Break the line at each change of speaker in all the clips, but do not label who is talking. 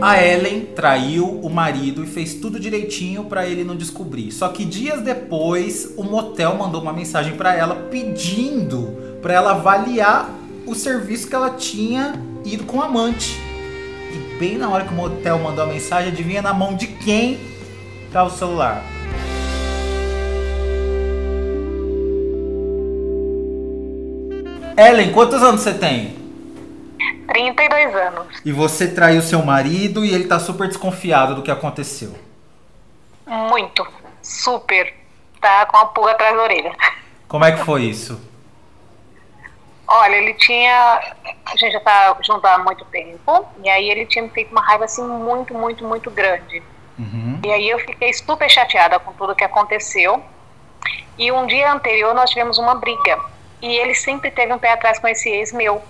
A Ellen traiu o marido e fez tudo direitinho pra ele não descobrir. Só que dias depois, o motel mandou uma mensagem pra ela pedindo pra ela avaliar o serviço que ela tinha ido com o amante. E bem na hora que o motel mandou a mensagem, adivinha na mão de quem tá o celular? Ellen, quantos anos você tem?
32 anos.
E você traiu seu marido e ele tá super desconfiado do que aconteceu.
Muito. Super. Tá com a pulga atrás da orelha.
Como é que foi isso?
Olha, ele tinha. A gente já tá junto há muito tempo. E aí ele tinha me feito uma raiva assim muito, muito, muito grande.
Uhum.
E aí eu fiquei super chateada com tudo que aconteceu. E um dia anterior nós tivemos uma briga. E ele sempre teve um pé atrás com esse ex meu.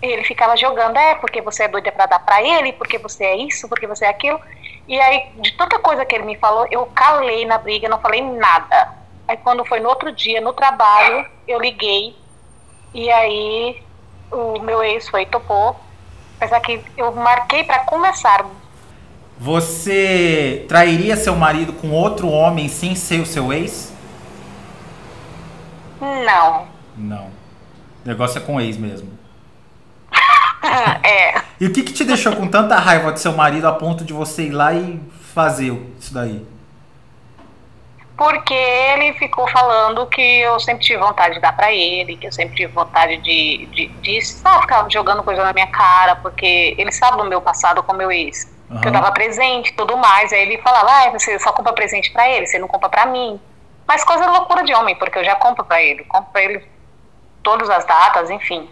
E ele ficava jogando, é, porque você é doida pra dar pra ele, porque você é isso, porque você é aquilo. E aí, de tanta coisa que ele me falou, eu calei na briga, não falei nada. Aí quando foi no outro dia, no trabalho, eu liguei. E aí o meu ex foi, topou. Apesar que eu marquei pra conversarmos.
Você trairia seu marido com outro homem sem ser o seu ex?
Não.
Não. O negócio é com o ex mesmo.
é.
E o que, que te deixou com tanta raiva de seu marido a ponto de você ir lá e fazer isso daí?
Porque ele ficou falando que eu sempre tive vontade de dar pra ele, que eu sempre tive vontade de, de, de só ficar jogando coisa na minha cara, porque ele sabe do meu passado como eu ex. Que eu
Aham.
dava presente e tudo mais. Aí ele falava, ah, você só compra presente pra ele, você não compra pra mim. Mas coisa loucura de homem, porque eu já compro pra ele. Compro pra ele todas as datas, enfim.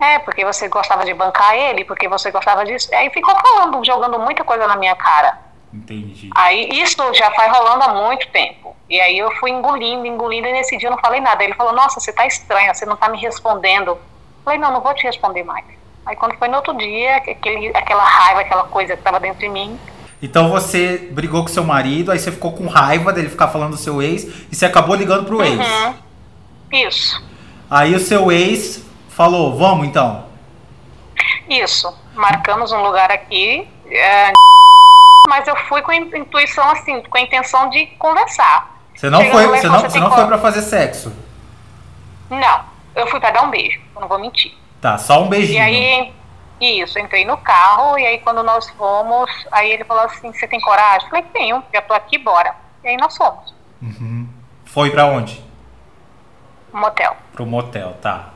É, porque você gostava de bancar ele, porque você gostava disso. Aí ficou falando, jogando muita coisa na minha cara.
Entendi.
Aí isso já vai rolando há muito tempo. E aí eu fui engolindo, engolindo, e nesse dia eu não falei nada. Ele falou, nossa, você tá estranha, você não tá me respondendo. Eu falei, não, não vou te responder mais. Aí quando foi no outro dia, aquele, aquela raiva, aquela coisa que tava dentro de mim,
Então você brigou com seu marido, aí você ficou com raiva dele ficar falando do seu ex e você acabou ligando pro ex.
Uhum. isso,
Aí o seu ex falou: Vamos então.
isso. Marcamos um lugar aqui, é, mas eu fui com a intuição assim, com a intenção de conversar.
Você não
Chega
foi,
no lugar
você
e
não,
fala,
você
"Você
não
tem
foi
como?"
para fazer sexo.
Não, eu fui pra dar um beijo, eu não vou mentir.
Tá, só um beijinho.
E aí, isso, eu entrei no carro, e aí quando nós fomos, aí ele falou assim, você tem coragem? Eu falei, tenho, já tô aqui, bora. E aí nós fomos,
Uhum. Foi pra onde?
um motel.
Pro motel, tá.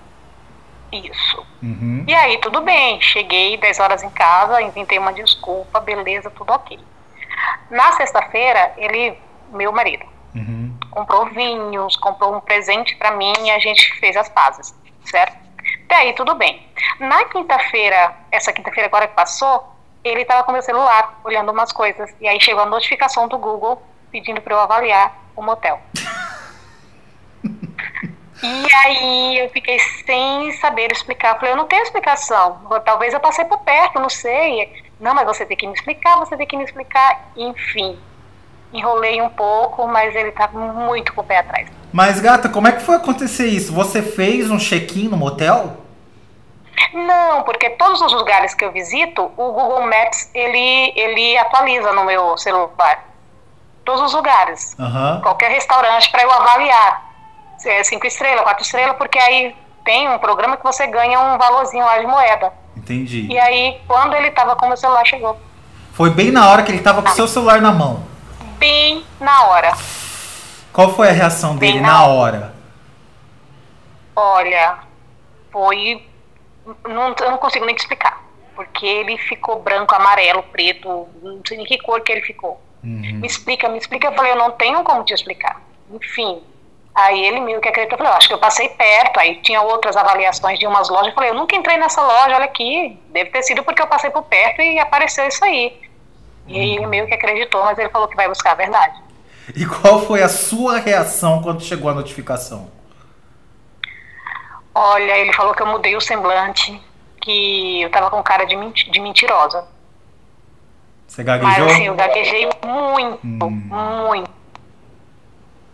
Isso.
Uhum.
E aí, tudo bem, cheguei 10 horas em casa, inventei uma desculpa, beleza, tudo ok. Na sexta-feira, ele, meu marido,
Uhum.
comprou vinhos, comprou um presente pra mim e a gente fez as pazes, certo? Até aí tudo bem. Na quinta-feira, essa quinta-feira agora que passou, ele tava com meu celular olhando umas coisas e aí chegou a notificação do Google pedindo pra eu avaliar o motel. E aí eu fiquei sem saber explicar. Eu Falei, eu não tenho explicação. Talvez eu passei por perto, não sei. Não, mas você tem que me explicar, você tem que me explicar. Enfim, enrolei um pouco, mas ele tá muito com o pé atrás.
Mas gata, como é que foi acontecer isso? Você fez um check-in no motel?
Não, porque todos os lugares que eu visito, o Google Maps ele, ele atualiza no meu celular. Todos os lugares.
Aham.
Qualquer restaurante para eu avaliar. Se é cinco estrelas, quatro estrelas, porque aí tem um programa que você ganha um valorzinho lá de moeda.
Entendi.
E aí, quando ele tava com o meu celular, chegou
Foi bem na hora que ele tava com seu celular na mão.
bem na hora.
Qual foi a reação dele
Bem
na
na
hora?
Olha, foi. Não, eu não consigo nem te explicar. Porque ele ficou branco, amarelo, preto, não sei nem que cor que ele ficou.
Uhum.
Me explica, me explica. Eu falei, eu não tenho como te explicar. Enfim. Aí ele meio que acreditou, eu falei, eu acho que eu passei perto. Aí tinha outras avaliações de umas lojas. Eu falei, eu nunca entrei nessa loja, olha aqui. Deve ter sido porque eu passei por perto e apareceu isso aí. E aí ele meio que acreditou, mas ele falou que vai buscar a verdade.
E qual foi a sua reação quando chegou a notificação?
Olha, ele falou que eu mudei o semblante, que eu tava com cara de, menti- de mentirosa.
Você
Mas
gaguejou?
assim, eu gaguejei muito,
Hum.
muito.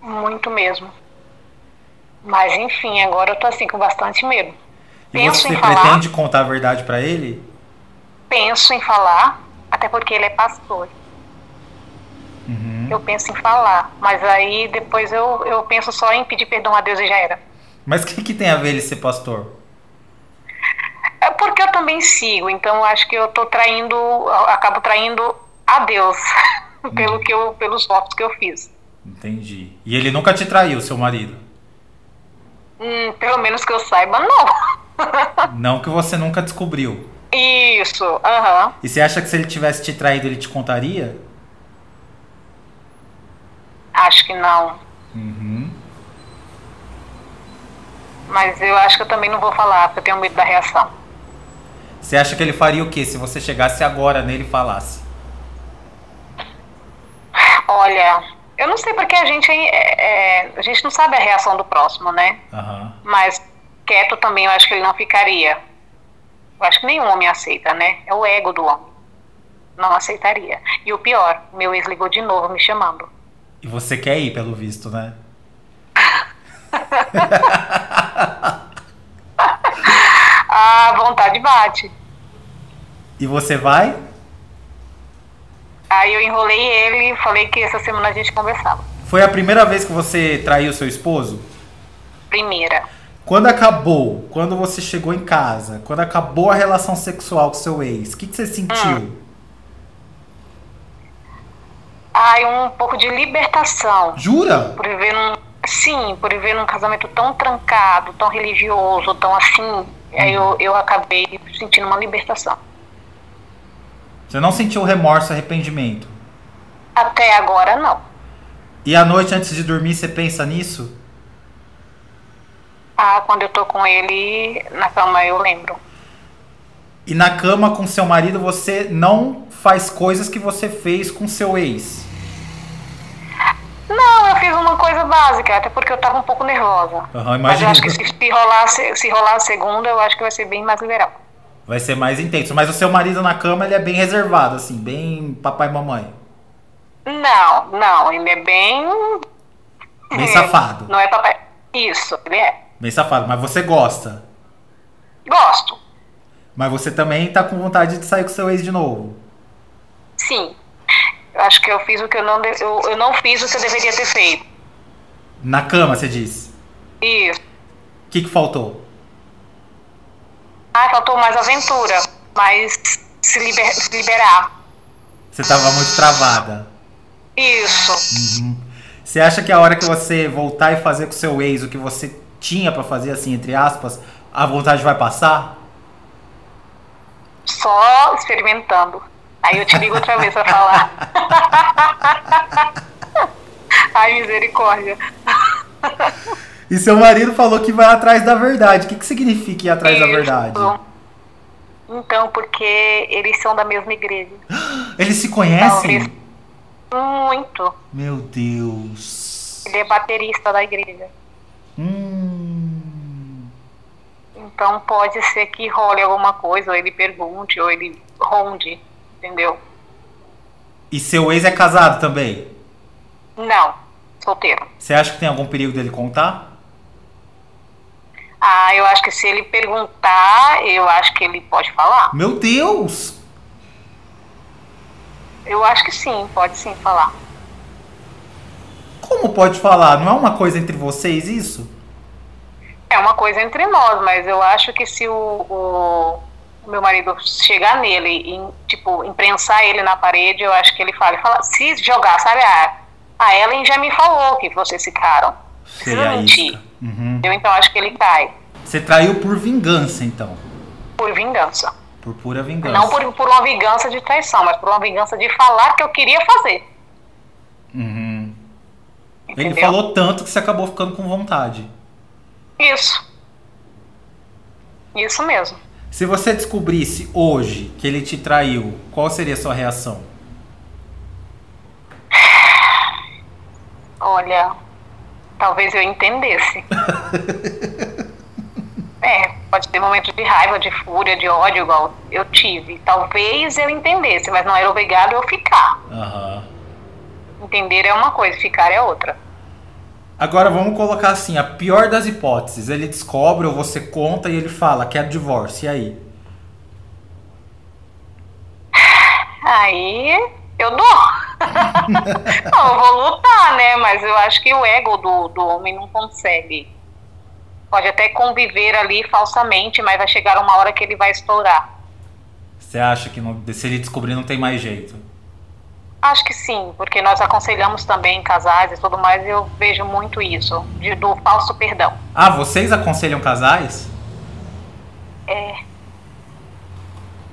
Muito mesmo. Mas enfim, agora eu tô assim com bastante medo.
e
Penso
você
em falar,
pretende contar a verdade pra ele?
penso em falar. A Até porque ele é pastor.
Uhum.
Eu penso em falar, mas aí depois eu, eu penso só em pedir perdão a Deus e já era.
Mas o que, que tem a ver ele ser pastor?
É porque eu também sigo, então eu acho que eu tô traindo, eu acabo traindo a Deus pelo que eu, pelos votos que eu fiz.
Entendi. E ele nunca te traiu, seu marido?
Hum, pelo menos que eu saiba, não.
Não que você nunca descobriu.
Isso, aham.
E você acha que se ele tivesse te traído, ele te contaria?
Acho que não.
Uhum.
Mas eu acho que eu também não vou falar, porque eu tenho medo da reação.
Você acha que ele faria o quê se você chegasse agora nele e falasse?
Olha, eu não sei porque a gente é, é, a gente não sabe a reação do próximo, né?
Aham.
Mas quieto também eu acho que ele não ficaria. Eu acho que nenhum homem aceita, né? É o ego do homem. Não aceitaria. E o pior, meu ex ligou de novo me chamando.
E você quer ir, pelo visto, né?
A vontade bate.
E você vai?
Aí eu enrolei ele e falei que essa semana a gente conversava.
Foi a primeira vez que você traiu seu esposo?
Primeira.
Quando acabou, quando você chegou em casa, quando acabou a relação sexual com seu ex, o que, que você sentiu?
Ai, um pouco de libertação.
Jura?
por viver num sim por viver num casamento tão trancado tão religioso tão assim aí eu, eu acabei sentindo uma libertação
Você não sentiu remorso, arrependimento?
até agora não
E à noite antes de dormir você pensa nisso?
ah quando eu tô com ele na cama eu lembro
E na cama com seu marido você não faz coisas que você fez com seu ex?
não eu fiz uma coisa básica até porque eu tava um pouco nervosa
Aham,
mas eu
imagina.
acho que se, se rolar se, se rolar a segunda eu acho que vai ser bem mais liberal
Vai ser mais intenso. Mas o seu marido na cama ele é bem reservado, assim, bem papai e mamãe.
não não ele é bem
Bem safado.
não é papai isso ele é
Bem safado, mas você gosta.
gosto
Mas você também tá com vontade de sair com seu ex de novo.
Sim. Eu acho que eu fiz o que eu não, de- eu, eu não fiz o que eu deveria ter feito.
Na cama, você diz.
Isso.
O que, que faltou?
Ah, faltou mais aventura, mais se, liber- se liberar.
Você tava muito travada.
Isso.
Você acha que a hora que você voltar e fazer com seu ex o que você tinha pra fazer, assim, entre aspas, a vontade vai passar?
Só experimentando. Aí eu te ligo outra vez pra falar. Ai, misericórdia.
E seu marido falou que vai atrás da verdade. O que, que significa ir atrás da
Isso.
verdade?
Então, porque eles são da mesma igreja.
Eles se conhecem?
Talvez. Muito.
Meu Deus.
Ele é baterista da igreja.
Hum.
Então pode ser que role alguma coisa, ou ele pergunte, ou ele ronde, entendeu?
E seu ex é casado também?
Não, solteiro.
Você acha que tem algum perigo dele contar?
Ah, eu acho que se ele perguntar, eu acho que ele pode falar.
Meu Deus!
Eu acho que sim, pode sim falar.
Como pode falar? Não é uma coisa entre vocês isso?
É uma coisa entre nós, mas eu acho que se o, o- o meu marido chegar nele e, tipo, imprensar ele na parede, eu acho que ele fala. fala se jogar, sabe? Ah, a Ellen já me falou que vocês ficaram.
Sei
Precisa
a
mentir.
isca. Uhum.
Eu então acho que ele cai.
Você traiu por vingança, então.
Por vingança.
Por pura vingança.
Não por, por uma vingança de traição, mas por uma vingança de falar que eu queria fazer.
Uhum. Ele
Entendeu?
falou tanto que você acabou ficando com vontade.
Isso. Isso mesmo.
Se você descobrisse hoje que ele te traiu, qual seria a sua reação?
Olha, talvez eu entendesse. é, pode ter momentos de raiva, de fúria, de ódio, igual eu tive. Talvez eu entendesse, mas não era obrigado eu ficar.
Aham.
Entender é uma coisa, ficar é outra.
Agora vamos colocar assim, a pior das hipóteses. Ele descobre ou você conta e ele fala, quero divórcio, e aí?
Aí eu dou. não, eu vou lutar, né? Mas eu acho que o ego do, do homem não consegue. Pode até conviver ali falsamente, mas vai chegar uma hora que ele vai estourar.
Você acha que não- se ele descobrir não tem mais jeito?
Acho que sim, porque nós aconselhamos também casais e tudo mais, e eu vejo muito isso, de, do falso perdão.
Ah, vocês aconselham casais? É.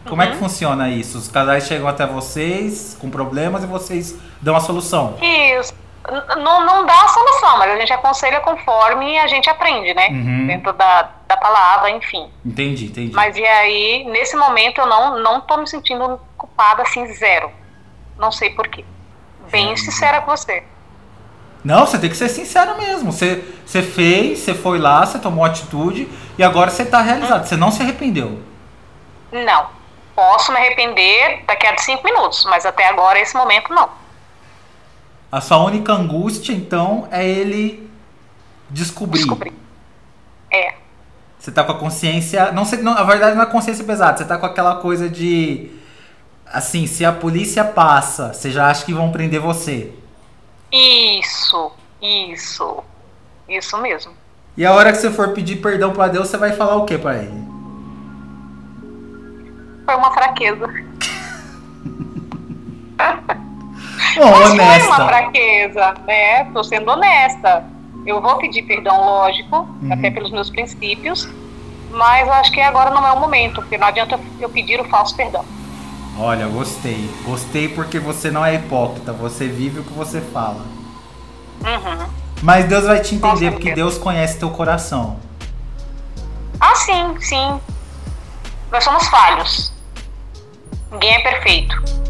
Como é que funciona isso? Os casais chegam até vocês com problemas e vocês dão a solução.
E os- n- não, não dá a solução, mas a gente aconselha conforme a gente aprende, né?
Uhum.
Dentro da, da palavra, enfim.
Entendi, entendi.
Mas e aí, nesse momento, eu não, não tô me sentindo culpada, assim, zero. Não sei porquê. Bem sincera com você.
Não, você tem que ser sincero mesmo. Você, você fez, você foi lá, você tomou atitude e agora você tá realizado. Você não se arrependeu.
Não. Posso me arrepender daqui a cinco minutos, mas até agora, esse momento, não.
A sua única angústia, então, é ele descobrir.
Descobri. É.
Você tá com a consciência. Não sei, não, na verdade não é consciência pesada, você tá com aquela coisa de. Assim, se a polícia passa, você já acha que vão prender você.
Isso, isso. Isso mesmo.
E a hora que você for pedir perdão pra Deus, você vai falar o que pra ele?
Foi uma fraqueza.
Bom,
Mas
honesta.
foi uma fraqueza, né? Tô sendo honesta. Eu vou pedir perdão, lógico, até pelos meus princípios, mas eu acho que agora não é o momento, porque não adianta eu pedir o falso perdão.
Olha, gostei. Gostei porque você não é hipócrita, você vive o que você fala.
Uhum.
Mas Deus vai te
Com
entender,
certeza.
porque Deus conhece teu coração.
Ah, sim, sim. Nós somos falhos. Ninguém é perfeito.